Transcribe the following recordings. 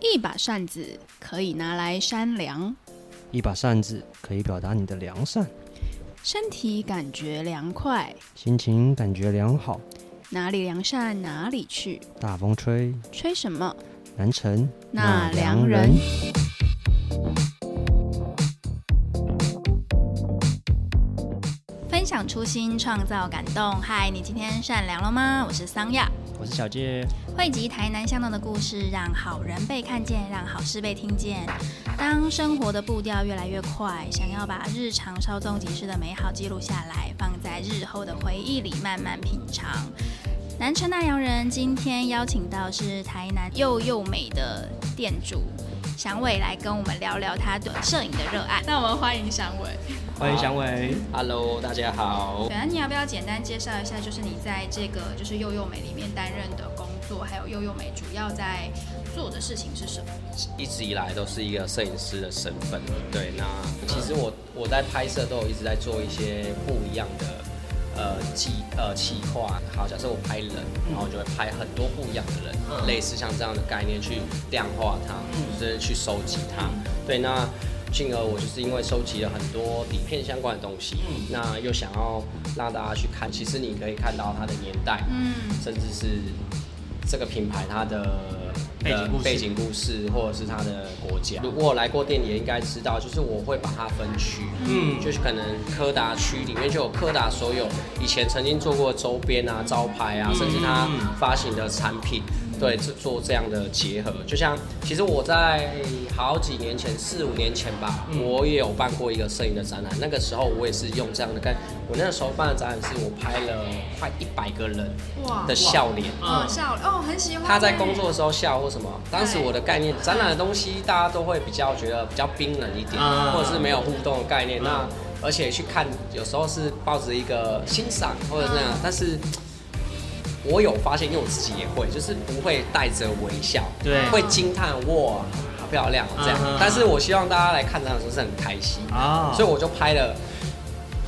一把扇子可以拿来扇凉，一把扇子可以表达你的良善，身体感觉凉快，心情感觉良好，哪里良善哪里去，大风吹，吹什么南城纳凉人。分享初心，创造感动。嗨，你今天善良了吗？我是桑亚。我是小杰，汇集台南巷弄的故事，让好人被看见，让好事被听见。当生活的步调越来越快，想要把日常稍纵即逝的美好记录下来，放在日后的回忆里慢慢品尝。南城奈良人今天邀请到是台南又又美的店主祥伟来跟我们聊聊他对摄影的热爱。那我们欢迎祥伟。欢迎祥伟。 Hello，大家好。对啊，你要不要简单介绍一下，就是你在这个就是幼幼美里面担任的工作，还有幼幼美主要在做的事情是什么？一直以来都是一个摄影师的身份，对。那其实我我在拍摄都有一直在做一些不一样的呃计呃企划。好，假设我拍人，然后我就会拍很多不一样的人，类似像这样的概念去量化它，就是去收集它。对，那。进而我就是因为收集了很多底片相关的东西，那又想要让大家去看，其实你可以看到它的年代，嗯，甚至是这个品牌它的背景故事呃背景故事，或者是它的国家。如果来过店，也应该知道，就是我会把它分区，嗯就是可能柯达区里面就有柯达所有以前曾经做过的周边啊、招牌啊，甚至它发行的产品。对，是做这样的结合，就像其实我在好几年前，四五年前吧，我也有办过一个摄影的展览。那个时候我也是用这样的概，我那时候办的展览是我拍了快一百个人哇的笑脸，哦，笑了哦，很喜欢。他在工作的时候笑或什么，当时我的概念，展览的东西大家都会比较觉得比较冰冷一点，嗯或者是没有互动的概念。那而且去看，有时候是抱着一个欣赏或者那样嗯，但是我有发现，因为我自己也会，就是不会带着微笑，对会惊叹哇，好漂亮哦这样嗯嗯嗯。但是我希望大家来看展览的时候是很开心，啊所以我就拍了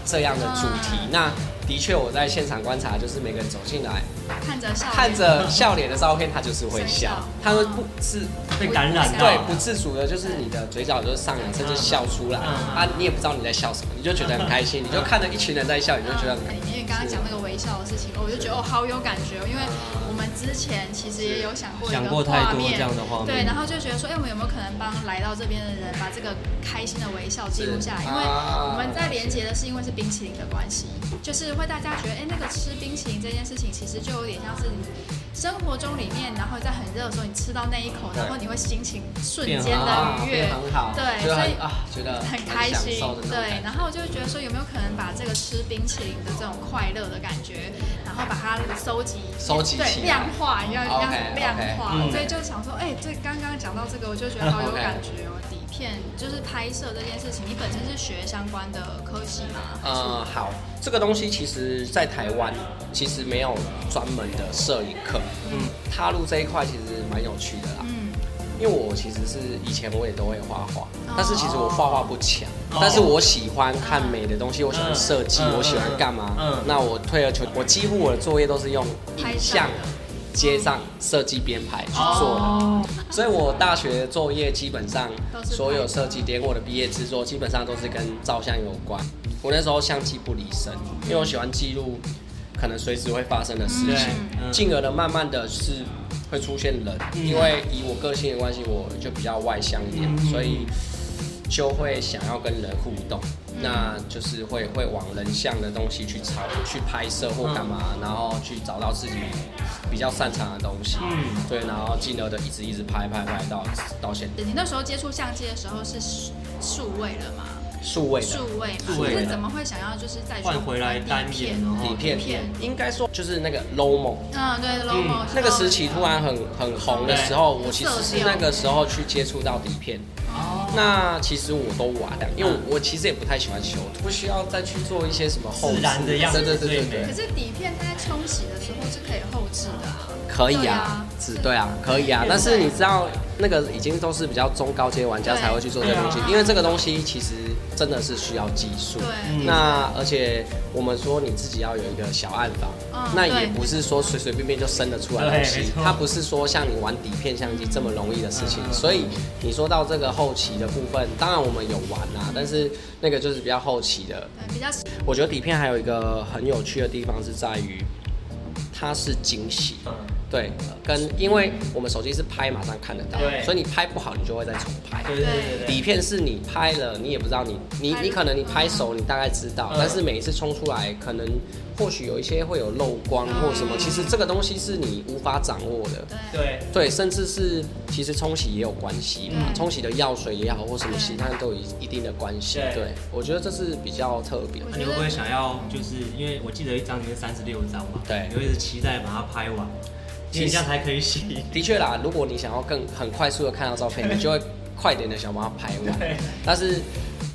这样的主题嗯。那的确，我在现场观察，就是每个人走进来。看着笑脸，看着笑脸的照片，他就是会生笑效，他会不自哦被感染到，对不自主的，就是你的嘴角就是上扬，甚至笑出来嗯嗯啊，你也不知道你在笑什么，你就觉得很开心，你就看着一群人在笑，你就觉得嗯很开因为刚刚讲那个微笑的事情，我就觉得哦，好有感觉哦，因为我们之前其实也有想过一想个过太画多面，这样的画面，对，然后就觉得说，哎、我们有没有可能帮来到这边的人把这个开心的微笑记录下来？是因为啊我们在连接的是因为是冰淇淋的关系，就是会大家觉得，哎、那个吃冰淇淋这件事情，其实就有点像是你生活中里面，然后在很热的时候，你吃到那一口，对然后你会心情瞬变间好的愉悦，变很好，对，就所很以啊，觉得很开享心受的，那种对感。觉然后我就觉得说，有没有可能把这个吃冰淇淋的这种快乐的感觉，然后把它收集、收集起对来量化，要要 OK，OK，量化。嗯所以就想说，哎、这刚刚讲到这个，我就觉得 好有感觉哦。底片就是拍摄这件事情，你本身是学相关的科系吗？还是呃，好，这个东西其实在台湾其实没有专门的摄影课，嗯，踏入这一块其实蛮有趣的啦，嗯，因为我其实是以前我也都会画画哦，但是其实我画画不强哦，但是我喜欢看美的东西，我喜欢设计嗯，嗯我喜欢干嘛嗯嗯？那我退而求，我几乎我的作业都是用拍影摄像、街上设计编排去做哦嗯的，所以我大学作业基本上都是所有拍设计，连我的毕业制作基本上都是跟照相有关。我那时候相机不离身，因为我喜欢记录可能随时会发生的事对情。嗯进而的慢慢的是会出现人，嗯因为以我个性的关系，我就比较外向一点，嗯所以就会想要跟人互动，那就是会会往人像的东西去朝去拍摄或干嘛，然后去找到自己比较擅长的东西，嗯对，然后进而的一直一直拍拍拍到到现在你那时候接触相机的时候是数数位了吗？数位的数位嘛，数位的你是怎么会想要就是再去换回来底单眼片？哦底片底片，应该说就是那个 lomo。嗯，对，logo 那个时期突然很很红的时候，我其实是那个时候去接触到底片。哦，那其实我都玩，啊因为我我其实也不太喜欢修图，不需要再去做一些什么后自然的样子对对对对最美可对，是底片它在冲洗的时候是可以后置的啊。可以对啊啊，只对啊，可以啊。但是你知道，那个已经都是比较中高阶玩家对才会去做这个东西对，啊因为这个东西其实真的是需要技术。对，嗯那而且我们说你自己要有一个小暗房，嗯那也对不是说随随便便就生得出来的对东西没，错它不是说像你玩底片相机这么容易的事情嗯嗯。嗯所以你说到这个后期的部分，当然我们有玩啊，但是那个就是比较后期的。对，比较我觉得底片还有一个很有趣的地方是在于，它是惊喜。对，跟因为我们手机是拍马上看得到对，所以你拍不好你就会再重拍。对对对对底对，片是你拍了，你也不知道你你拍了你可能你拍手你大概知道，嗯但是每一次冲出来，可能或许有一些会有漏光或什么，其实这个东西是你无法掌握的。嗯对对对，甚至是其实冲洗也有关系嘛，对冲洗的药水也好，或什么其他都有一一定的关系。对对，我觉得这是比较特别的。那你会不会想要，就是因为我记得一张里面三十六张嘛，对你会一直期待把它拍完，因其为实这样才可以洗。的确啦，如果你想要更很快速的看到照片，你就会快点的想把它拍完对。但是，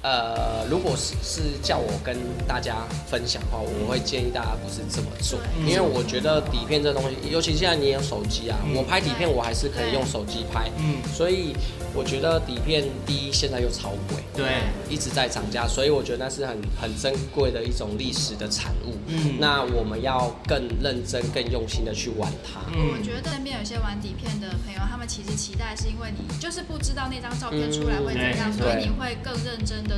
呃，如果是是叫我跟大家分享的话，我会建议大家不是这么做，嗯因为我觉得底片这东西，尤其现在你也有手机啊，嗯我拍底片我还是可以用手机拍，嗯，所以我觉得底片第一现在又超贵。对，一直在涨价，所以我觉得那是很很珍贵的一种历史的产物。嗯那我们要更认真、更用心的去玩它。嗯我觉得身边有些玩底片的朋友，他们其实期待是因为你就是不知道那张照片出来会怎样，嗯所以对你会更认真的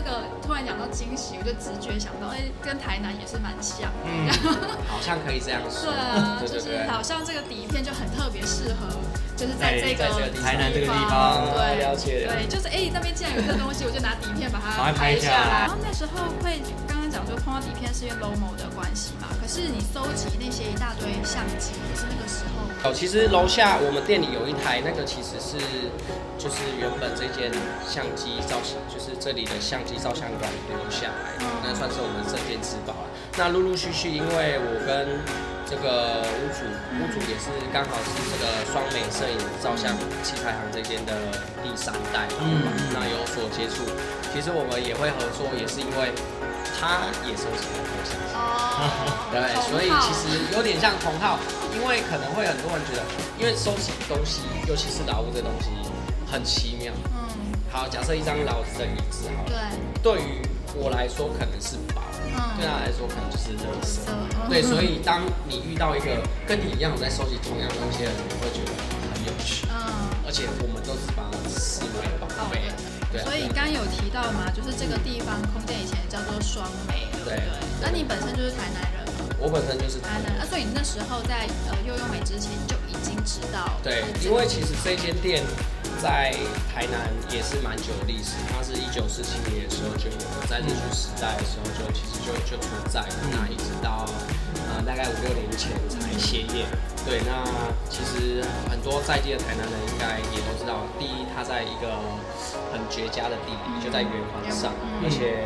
个突然讲到惊喜，我就直觉想到，哎，跟台南也是蛮像。嗯，好像可以这样说对。啊， 对就对是对。好像这个底片就很特别适合，就是在这个在这个地方台南这个地啊方，对，了解了解对，就是哎、那边既然有这东西，我就拿底片把赶它快拍下下来然后那时候会刚刚讲说，碰到底片是因为 Lomo 的关系嘛。可是你搜集那些一大堆相机，也是那个时候。 哦，其实楼下我们店里有一台，那个其实是就是原本这间相机照，就是这里的相机照相馆留下来的，哦那算是我们镇店之宝了。那陆陆续续，因为我跟这个屋主，屋嗯主也是刚好是这个双美摄影照相器材行这间的第三代，嗯嗯，那有所接触。其实我们也会合作，也是因为他也收集很多相机。哦对，同所以好其实有点像同号，因为可能会很多人觉得，因为收集东西，尤其是老物这东西，很奇妙。嗯，好，假设一张老的椅子好对了，，对于我来说可能是宝，嗯，对他来说可能就是垃圾。色对，所以当你遇到一个跟你一样在收集同样东西的人，你会觉得很有趣，嗯。哦而且我们都只把它视为宝贝。对啊，所以对啊刚刚有提到嘛，就是这个地方空间以前叫做双美，对不对对？那你本身就是台南人吗？我本身就是台南，啊，所以你那时候在呃幼幼美之前就已经知道，对呃，因为其实这间店在台南也是蛮久的历史，它是一九四七年的时候就有，在日据时代的时候就其实就就存在了，那一直到呃大概五六年前才歇业。对，那其实很多在地的台南人应该也都知道，第一，它在一个很绝佳的地理，就在圆环上，嗯而且。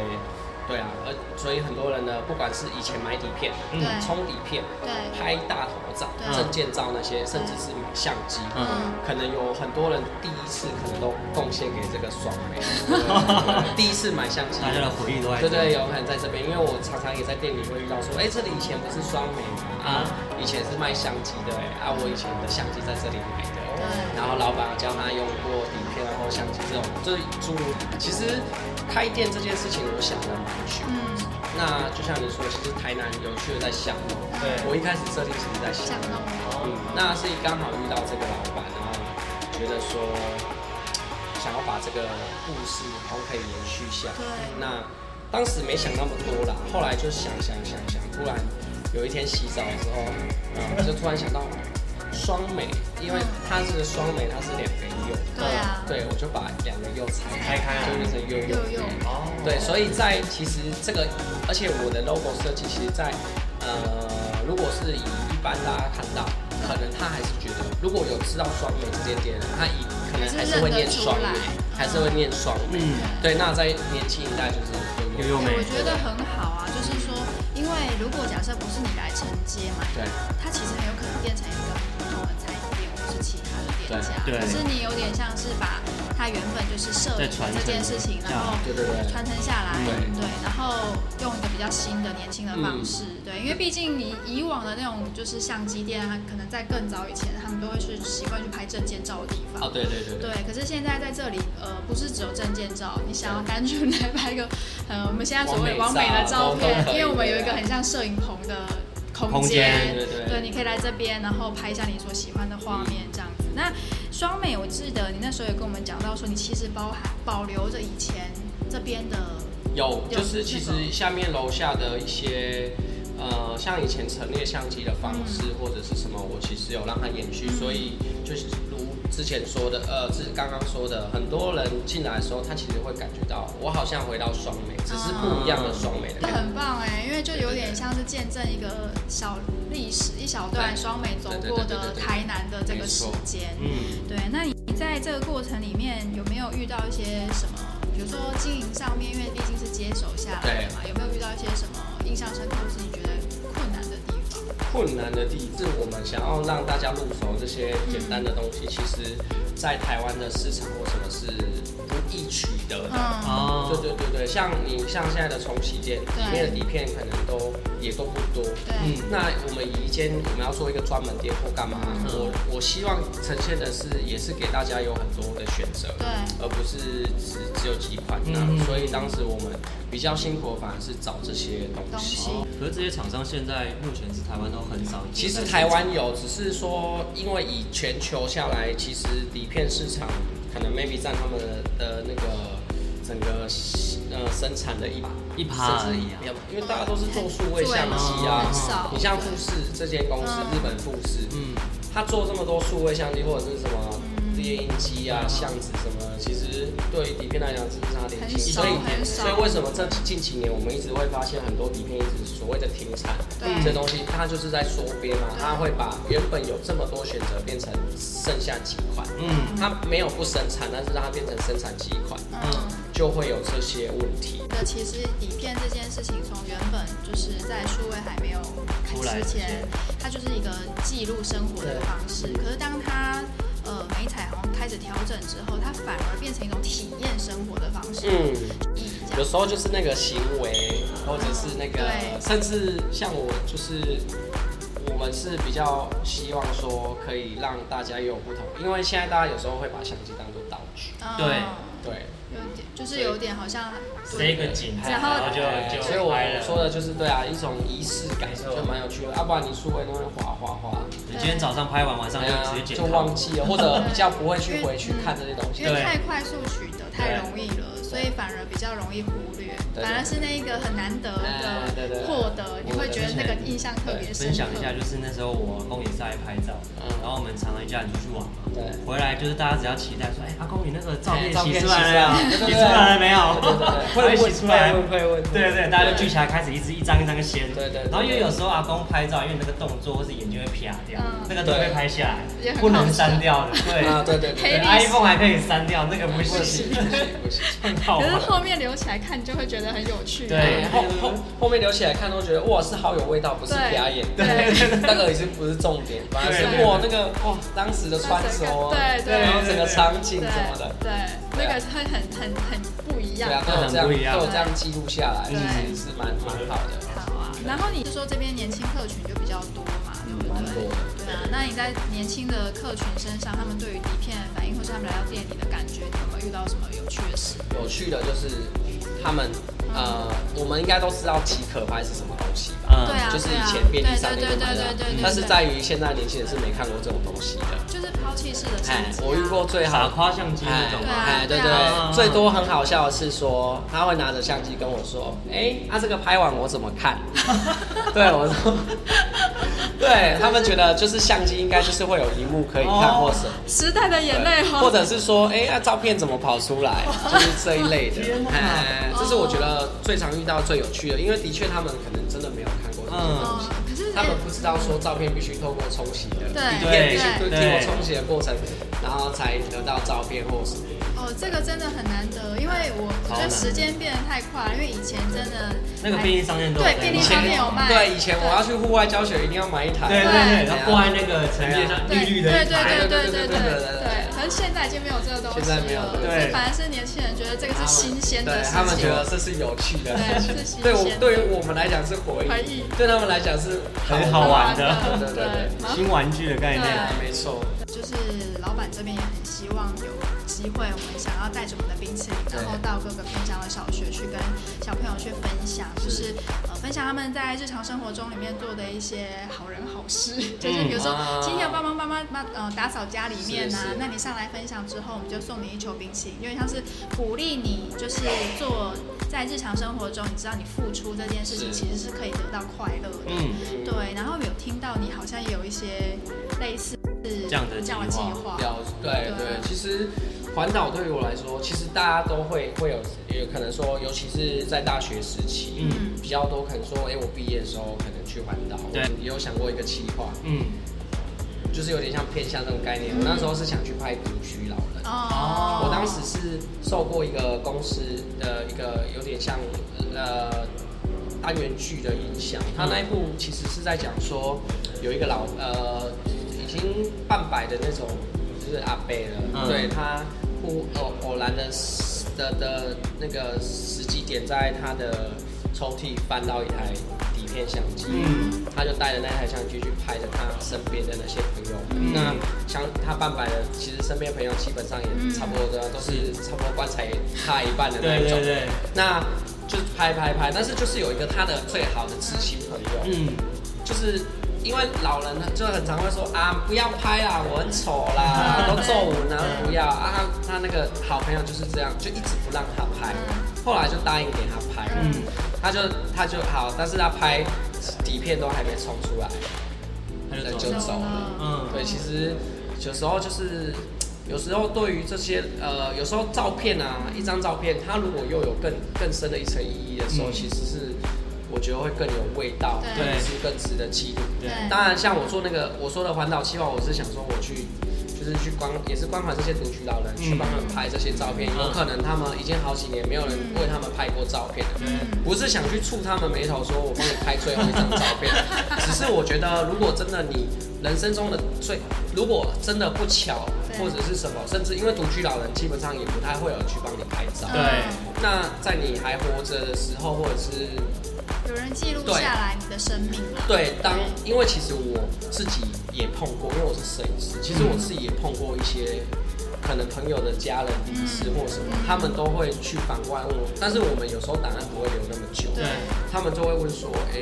对啊，呃，所以很多人呢，不管是以前买底片、对嗯冲底片、对，拍大头照、对证件照那些，甚至是买相机，嗯，可能有很多人第一次可能都贡献给这个爽 美，对对第一次买相机，大家的回忆都在这对对，有可能在这边，因为我常常也在店里会遇到说，哎、这里以前不是双美吗？啊，以前是卖相机的、哎啊，我以前的相机在这里买的，对然后老板教他用过底片啊或相机这种，就是诸如，其实开店这件事情我想了蛮久，嗯，那就像你说，其实台南有趣的在想哦，对我一开始设定其实在想。想弄嗯，那是刚好遇到这个老板，然后觉得说想要把这个故事都可以延续下来。对那当时没想那么多啦，后来就想想想想，突然有一天洗澡的时候，嗯，就突然想到双美，因为它是双美，它是两个柚，嗯对啊对我就把两个柚拆拆开啊来就变成柚柚幼幼，哦，对，所以在其实这个，而且我的 logo 设计，其实在呃，如果是以一般大家看到，可能他还是觉得，如果有知道双美这间店的，他以可能还是会念双美，还是会念双美。嗯，对，那在年轻一代就是悠悠有有美我，觉得很好啊，就是说，因为如果假设不是你来承接嘛，对它其实很有可能变成一个普通的餐饮店或是其他的店家，对对可是你有点像是把它原本就是摄在影传这件事情，承啊然后对对对传承下来，嗯对对，然后用一个比较新的、年轻的方式，嗯对，因为毕竟你以往的那种就是相机店啊，可能在更早以前，他们都会去习惯去拍证件照的地方。哦，对对对对，可是现在在这里，呃，不是只有证件照，你想要单纯来拍个，呃，我们现在所谓完完美美的照照片哦都可，以因为我们有一个很像摄影棚的空空间对对对你可以来这边，然后拍一下你所喜欢的画面这样子。那双美，我记得你那时候也跟我们讲到说，你其实包含保留着以前这边的，有，有就是其那种实下面楼下的一些，呃，像以前陈列相机的方式、嗯或者是什么，我其实有让它延续，所以就是如之前说的，呃，是刚刚说的，很多人进来的时候，他其实会感觉到我好像回到双美，只是不一样的双美的这感觉。很棒哎、因为就有点像是见证一个小历史一小段对双美走对对过对对的对对台南的这个没时错间。嗯，对，那你在这个过程里面有没有遇到一些什么？比如说经营上面，因为毕竟是接手下来的嘛，有没有遇到一些什么印象深刻，或是你觉得困难的地方？困难的地是我们想要让大家入手这些简单的东西，其实，在台湾的市场或什么是不易取得的。嗯，哦，对对对对，像你像现在的冲洗店对里面的底片可能都也都不多。嗯对，那我们以一间我们要做一个专门店或干嘛，嗯我我希望呈现的是也是给大家有很多的选择，对，而不是只只有几款那、嗯所以当时我们比较辛苦，反而是找这些东东西。西，可是这些厂商现在目前是台湾都很少。其实台湾有，只是说因为以全球下来，其实底片市场可能 maybe 占他们的的那个整个呃生产的一把一趴甚而至已一啊两，因为大家都是做数位相机啊很。少。你像富士这间公司，嗯日本富士，嗯，他做这么多数位相机或者是什么嗯猎鹰机啊、嗯相纸什么的，其实对于底片来讲只是差点很钱，少所以很少所以为什么这近几年我们一直会发现很多底片一直所谓的停产对，这东西它就是在缩编嘛对，它会把原本有这么多选择变成剩下几款，嗯，它没有不生产，但是让它变成生产几款，嗯，就会有这些问题。那其实底片这件事情，从原本就是在数位还没有开出来始之之前前，它就是一个记录生活的方式。可是当它呃美彩虹开始调整之后，它反而变成一种体验生活的方式。嗯，意义这有样。时候就是那个行为，或者是那个对，甚至像我，就是我们是比较希望说可以让大家也有不同，因为现在大家有时候会把相机当做道具，嗯对对，有点就是有点好像塞一个景，然后就对就哎所以我拍了说的就是对啊，一种仪式感没错就蛮有趣的，啊要、不然你数位那边划划划，你今天早上拍完，晚上哎就呀直接剪就掉，忘记了，或 者比较不会去回去看这些东西因。为对太快速取得太容易了，所以反而比较容易忽略，对反而是那一个很难得哎对的对获得，你会觉得那个印象特别深刻。分享一下，就是那时候我阿公也是爱拍照，嗯然后我们常常一家人出去玩嘛，对回来就是大家只要期待说，哎，阿公你那个照片哎照洗片出来了洗没有？洗出来了出来了没对对对有？对会洗出来问，会问会问对对对，大家就聚起来开始一直一张一张掀，对对对然后因为有时候阿公拍照，因为那个动作或是眼睛会撇掉嗯，那个都会拍下也来，很不能删掉的， 啊，对。对对对黑对历对，史 iPhone 还可以删掉，那个不不行行，不行不行。 很好可玩是。后面留起来看，你就会觉得很有趣。啊对对，后后后面留起来看都觉得哇，是好有味道，不是表演。对 对那个已经不是重点，反而是对哇那个哇当时的穿着，哦对对然后对整个场景什么的啊对，对，那个会很很很不一样对。啊，都有这很样不一样都有这样记录下来，对其实是蛮蛮好的。好啊，然后你是说这边年轻客群就比较多嘛，对不嗯蛮对多的？对啊，那你在年轻的客群身上，他们对于底片的反应，或是他们来到店里的感觉，你有没有遇到什么有趣的事？有趣的就是他们呃，我们应该都知道即可拍是什么东西吧？嗯对啊就是以前便利商店都买得对对对到对对对对，但是在于现在年轻人是没看过这种东西的。就是抛弃式的相哎机、啊，我遇过最傻好瓜嗯相机那种对嘛，啊哎，对对啊对，最多很好笑的是说，他会拿着相机跟我说，哎，他这个拍完我怎么看？对，我说，对他们觉得就是相机应该就是会有荧幕可以看或什么。时代的眼泪哦对哈，或者是说，哎、那照片怎么跑出来？就是这一类的天，哪哎，这是我觉得最常遇到最有趣的，因为的确他们可能真的没有看过这些东西嗯，，可是他们不知道说照片必须透过冲洗的，对底片必须对经对过冲洗的过程，然后才得到照片或什么。哦哦，这个真的很难得，因为我我觉得时间变得太快了，因为以前真的那个还便利商店都有对在便利卖商店有卖，对，以前我要去户外教学，一定要买一台。对对对对，然后挂在那个陈列上对绿绿的对一对对对排哎对对对对对对对对，可是现在已经没有这个东西了，现在没有所以对反而是年轻人觉得这个是新鲜的对事他们觉情，得这是有趣的 对事情是新，鲜的对我对于我们来讲是回回忆忆，对他们来讲是很好玩的很对对对蛮新玩具的概念。对没错，就是老板这边也很希望有机会，我们想要带着我们的冰淇淋，对然后到各个偏乡的小学去跟小朋友去分享，就是呃分享他们在日常生活中里面做的一些好人好事，就是比如说啊今天有帮忙妈妈妈呃打扫家里面是啊是，那你上来分享之后，我们就送你一球冰淇淋，有点像是鼓励你，就是做在日常生活中，你知道你付出这件事情是其实是可以得到快乐的。嗯，对，然后有听到你好像也有一些类似是这样的计这样划的计划，了对对啊对，其实环岛对于我来说，其实大家都会会有，也有可能说，尤其是在大学时期，嗯比较多可能说，哎、我毕业的时候可能去环岛，我对也有想过一个计划，嗯，就是有点像偏向这种概念。我那时候是想去拍独居老人。哦，我当时是受过一个公司的一个有点像呃单元剧的影响，他那一部其实是在讲说有一个老呃已经半百的那种就是阿伯了，嗯对他忽偶偶然的时的的那个时机点，在他的抽屉翻到一台底片相机，嗯他就带着那台相机去拍着他身边的那些朋友。嗯那像他半百的，其实身边朋友基本上也差不多的，都是差不多棺材也差一半的那对一种。对对，那就拍拍拍，但是就是有一个他的最好的知心朋友，嗯，就是因为老人呢就很常会说啊，不要拍啦，我很丑 啦，嗯都皱纹啊，对不要啊。他他那个好朋友就是这样，就一直不让他拍，后来就答应给他拍，嗯他就他就好，但是他拍底片都还没冲出来，他那就就走了。走了。嗯，对，其实有时候就是，有时候对于这些呃，有时候照片啊，一张照片，它如果又有更更深的一层意义的时候，嗯其实是我觉得会更有味道，对是更值得记录。对对当然，像我做那个我说的环岛计划，我是想说我去。就是去关，也是关怀这些独居老人，去嗯帮他们拍这些照片。有嗯可能他们已经好几年没有人嗯为他们拍过照片了，嗯不是想去触他们眉头，说我帮你拍最后一张照片，只是我觉得，如果真的你人生中的最，如果真的不巧对或者是什么，甚至因为独居老人基本上也不太会有人去帮你拍照。对那在你还活着的时候，或者是嗯有人记录下来你的生命嘛，对当，因为其实我自己也碰过，因为我是摄影师，其实我自己也碰过一些可能朋友的家人离世或什么，他们都会去反观我，但是我们有时候档案不会留那么久。对他们就会问说，哎、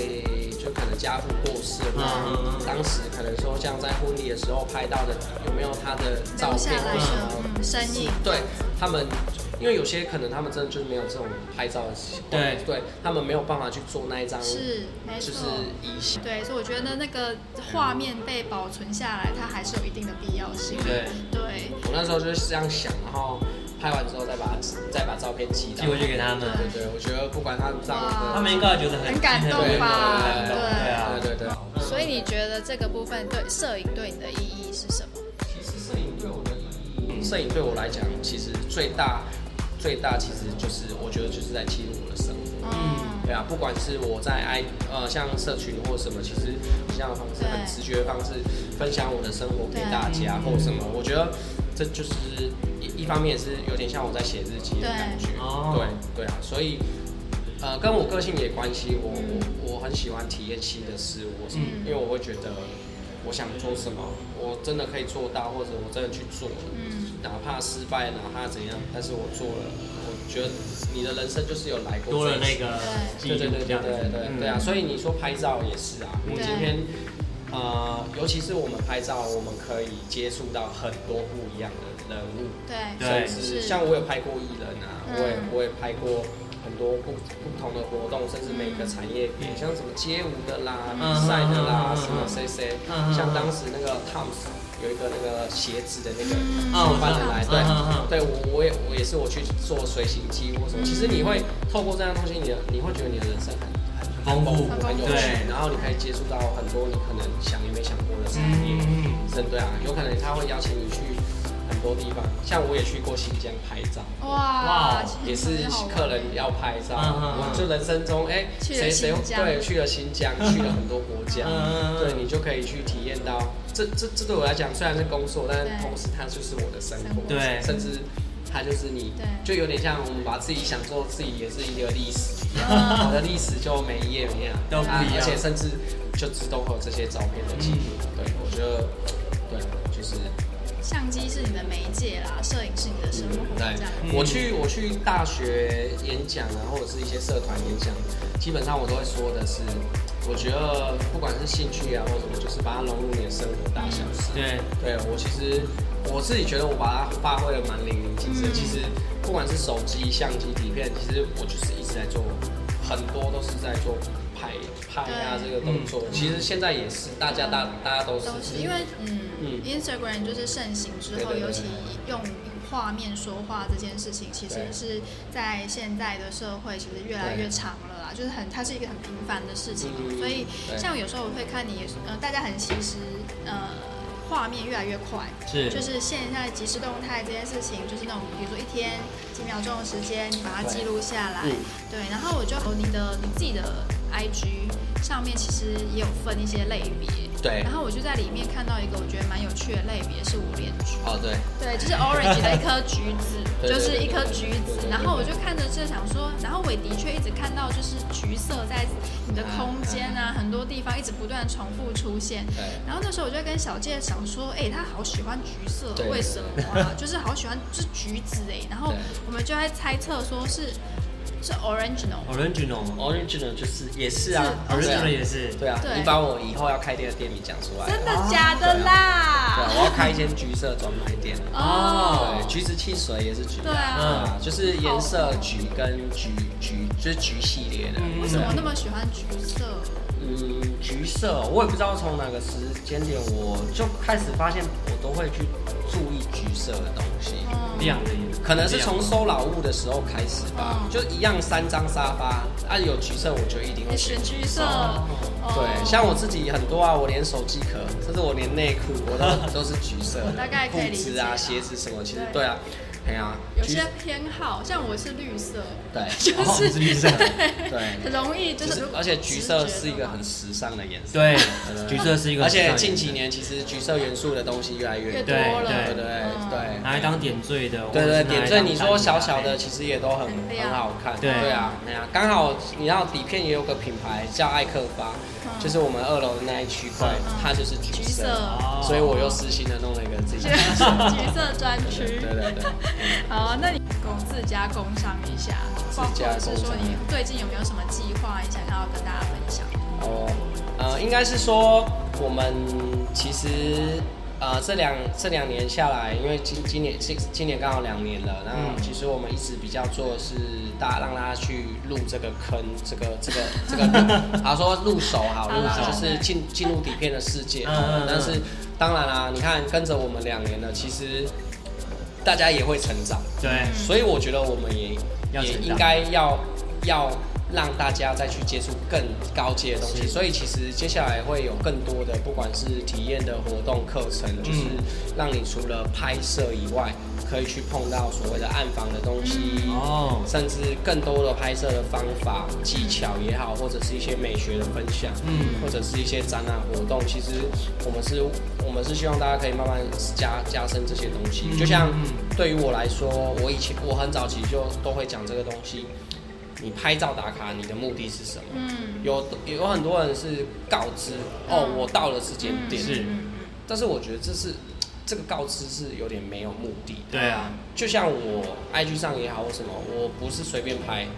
就可能家父过世了，嗯那当时可能说像在婚礼的时候拍到的，有没有他的照留下片来或的什么？嗯身影，对他们，因为有些可能他们真的就是没有这种拍照的习惯，对对他们没有办法去做那一张，是没就错是。遗像。对，所以我觉得那个画面被保存下来，它还是有一定的必要性。对对，我那时候就是这样想，然后拍完之后再把再把照片寄到寄。回去给他们，对对，我觉得不管他让哇他们应该觉得很很感动吧很感动对对啊对，对对。所以你觉得这个部分对摄影对你的意义是什么？其实摄影对我的意义，摄影对我来讲，其实最大最大其实就是我觉得就是在记录我的生活。嗯，对啊，不管是我在 i 呃像社群或什么，其实这样的方式对很直觉的方式分享我的生活给对大家嗯或什么，我觉得这就是一一方面是有点像我在写日记的感觉，对嗯哦对对啊，所以呃跟我个性也关系，我我我很喜欢体验新的事物，什么嗯因为我会觉得我想做什么，我真的可以做到，或者我真的去做了，嗯哪怕失败，哪怕怎样，但是我做了，我觉得你的人生就是有来过多了这一那次个记对忆对对这对样子对对对啊！嗯所以你说拍照也是啊，我们对今天呃，尤其是我们拍照，我们可以接触到很多不一样的人物，对，对甚至是像我有拍过艺人啊，嗯我也我也拍过很多不不同的活动，甚至每个产业别，像什么街舞的啦、比嗯赛的啦，嗯嗯嗯什么谁谁嗯嗯，像当时那个 Toms 有一个那个鞋子的那个嗯手办的来，嗯嗯嗯对对我我也我也是我去做随行记录什么，其实你嗯会透过这样的东西，你的你会觉得你的人生很很丰富很有趣对，然后你可以接触到很多你可能想也没想过的产业。嗯，真对啊，有可能他会邀请你去很多地方，像我也去过新疆拍照，哇哇，也是客人要拍照，嗯嗯嗯我就人生中哎，去了谁谁新疆对去了新 疆，去了很多国家，嗯嗯嗯对你就可以去体验到，这这这对我来讲虽然是工作，但是对同时它就是我的生生活活，对甚至它就是你对，就有点像我们把自己想做自己也是一个历史一样，嗯我的历史就每一页每一样都不啊一样嗯而且甚至就自动会有这些照片的记录，对我觉得，对，就是。相机是你的媒介啦，摄影是你的生活，这对样。，我去我去大学演讲啊，或者是一些社团演讲，基本上我都会说的是，我觉得不管是兴趣啊或什么，就是把它融入你的生活大小事。对，对我其实我自己觉得我把它发挥的蛮淋漓尽致。其实不管是手机、相机、底片，其实我就是一直在做，很多都是在做拍拍啊这对个动作。其实现在也是，大家大大家都是都是因为嗯嗯，Instagram 就是盛行之后，对对对尤其用画面说话这件事情，其实对是在现在的社会其实越来越长了啦，就是很它是一个很频繁的事情嘛，嗯所以对像有时候我会看你也是，呃，大家很其实呃。画面越来越快，是就是现在即时动态这件事情，就是那种比如说一天几秒钟的时间，你把它记录下来，嗯对，然后我就有你的你自己的 IG 上面其实也有分一些类别，对然后我就在里面看到一个我觉得蛮有趣的类别是五连菊，哦对。对，就是 orange 的一颗橘子， 对对就是一颗对对橘对对子。对然后我就看着这想说，然后我也的确一直看到就是橘色在你的空间啊，很多地方一直不断重复出现。嗯对然后那时候我就在跟小介想说，哎、他好喜欢橘色哦对，为什么啊？ 就是好喜欢就是橘子哎。然后对我们就在猜测说是是 original，哦 original 嘛 Original 就是也是啊是对啊，original 也是，对啊，对你把我以后要开店的店名讲出来。真的假的对啊，啦？我要开一间橘色专卖店。哦对，橘子汽水也是橘的。对啊哦嗯，就是颜色橘跟橘橘，就是橘系列的。啊嗯为什么那么喜欢橘色？嗯，橘色，我也不知道从哪个时间点，我就开始发现我都会去注意橘色的东西。嗯亮的也可能是从收老物的时候开始吧嗯，就一样三张沙发，啊有橘色我就一定会你选橘色，哦对，像我自己很多啊，我连手机壳，甚至我连内裤，我都都是橘色的， 我大概可以理解裤子啦啊、鞋子什么，其实对对啊，哎呀，有橘些偏好，像我是绿色， 对，就哦是 是绿色对很容易就就是是，，而且橘色是直一个觉的很时尚的颜色，对啊对，橘色是一个，而且近几，年其实橘色元素的东西越来嘛越越多，多了，对对对嗯对拿来当点缀的，对或者对，是点拿来缀当你说小单品小的，类其实也都很很亮很好看，对对啊，哎呀，刚好你要底片也有个品牌叫艾克发，就是我们二楼的那一区块，它就是嗯橘色，哦所以我又私心的弄了一个自己橘的。 橘色专区对。对对， 好，那你工自家工商一下，或自家者是说工商你最近有没有什么计划，你想要跟大家分享？哦，呃，应该是说我们其实呃这两这两年下来，因为今今年今今年刚好两年了，然后其实我们一直比较做的是大让大家去入这个坑，这个这个这个路，好说入手好好入啦手，就对是进进入底片的世界。嗯嗯嗯但是当然啦、你看跟着我们两年了，其实大家也会成长。对，所以我觉得我们也嗯要也成长应该要要让大家再去接触更高阶的东西。是所以其实接下来会有更多的，不管是体验的活动、课程，嗯就是让你除了拍摄以外，可以去碰到所谓的暗房的东西。哦，甚至更多的拍摄的方法、技巧也好，或者是一些美学的分享，嗯，或者是一些展览活动，其实我们是，我们是希望大家可以慢慢加加深这些东西。就像对于我来说，我以前我很早期就都会讲这个东西。你拍照打卡，你的目的是什么？嗯，有有很多人是告知哦，我到了时间点，嗯是，但是我觉得这是这个告知是有点没有目的的。对啊，就像我 IG 上也好或什么，我不是随便拍。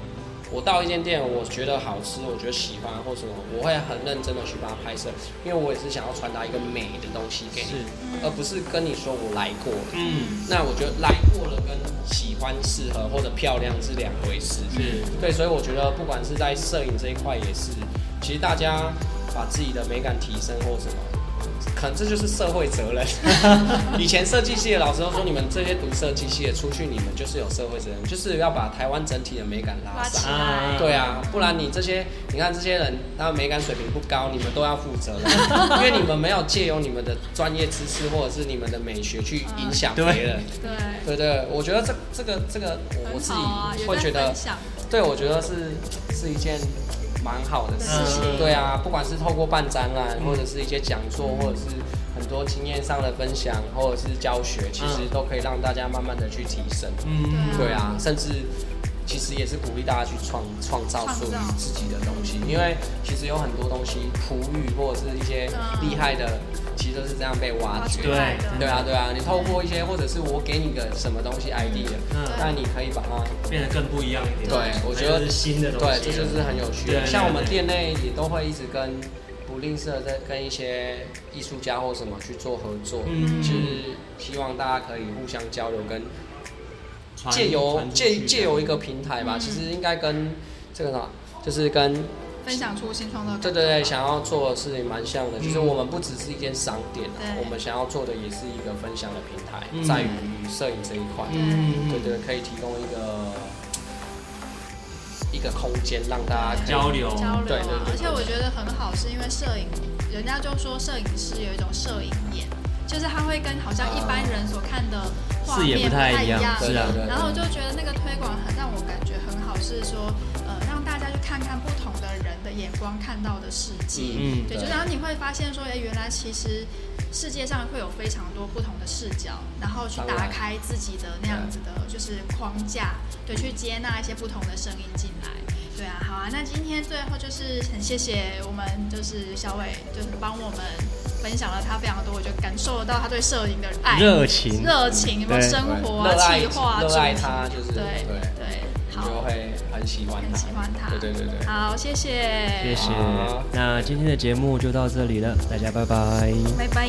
我到一间店，我觉得好吃，我觉得喜欢或什么，我会很认真的去把它拍摄，因为我也是想要传达一个美的东西给是你，而不是跟你说我来过了。嗯，那我觉得来过了跟喜欢、适合或者漂亮是两回事。是，对，所以我觉得不管是在摄影这一块也是，其实大家把自己的美感提升或什么，可能这就是社会责任。以前设计系的老师都说，你们这些读设计系的出去，你们就是有社会责任，就是要把台湾整体的美感拉拉起上。来，啊对啊，不然你这些，你看这些人，他们美感水平不高，你们都要负责任，因为你们没有借由你们的专业知识或者是你们的美学去影响别人。对，对对，我觉得这这个这个，我我很自好啊，己有会在觉得分，享，对我觉得是是一件蛮好的事情。嗯对啊，不管是透过办展览，或者是一些讲座，或者是很多经验上的分享，或者是教学，其实嗯都可以让大家慢慢的去提升。嗯，对对啊，甚至其实也是鼓励大家去创创造属于创造自己的东西，因为其实有很多东西璞玉或者是一些嗯厉害的，其实都是这样被挖挖掘出对的。来的，对啊，对啊，你透过一些或者是我给你个什么东西 idea，嗯那你可以把它变得更不一样一点。啊对，我觉得那就是新的东西了。对，这就是很有趣对的。对像我们对店内也都会一直跟不吝啬在跟一些艺术家或什么去做合作，嗯就是希望大家可以互相交流，跟传借由传出去借借由一个平台吧，嗯其实应该跟这个什么，就是跟分享出新创造，对对对，想要做的事情蛮像的，就是嗯我们不只是一间商店啊，对我们想要做的也是一个分享的平台，嗯在于摄影这一块。嗯对对，可以提供一个一个空间让大家可以交流，啊交流对对啊，对而且我觉得很好，是因为摄影，人家就说摄影师有一种摄影眼，就是他会跟好像一般人所看的画视面野不太太一样对是对啊对对然后我就觉得那个推广很让我感觉很好，是说呃让大家去看看不同的人的眼光看到的世界，嗯对，就然后你会发现说，哎，原来其实世界上会有非常多不同的视角，然后去当然打开自己的那样子的，就是框架，对，去接纳一些不同的声音进来。对啊，好啊，那今天最后就是很谢谢我们就是小伟，就是帮我们分享了他非常多，我就感受得到他对摄影的爱、热情，热情，有没有对生活啊、热爱计划、热爱主题它就是对对对，你就好，会很喜欢很它喜欢他，对对对对。好，谢谢，谢谢好。啊那今天的节目就到这里了，大家拜拜。拜拜。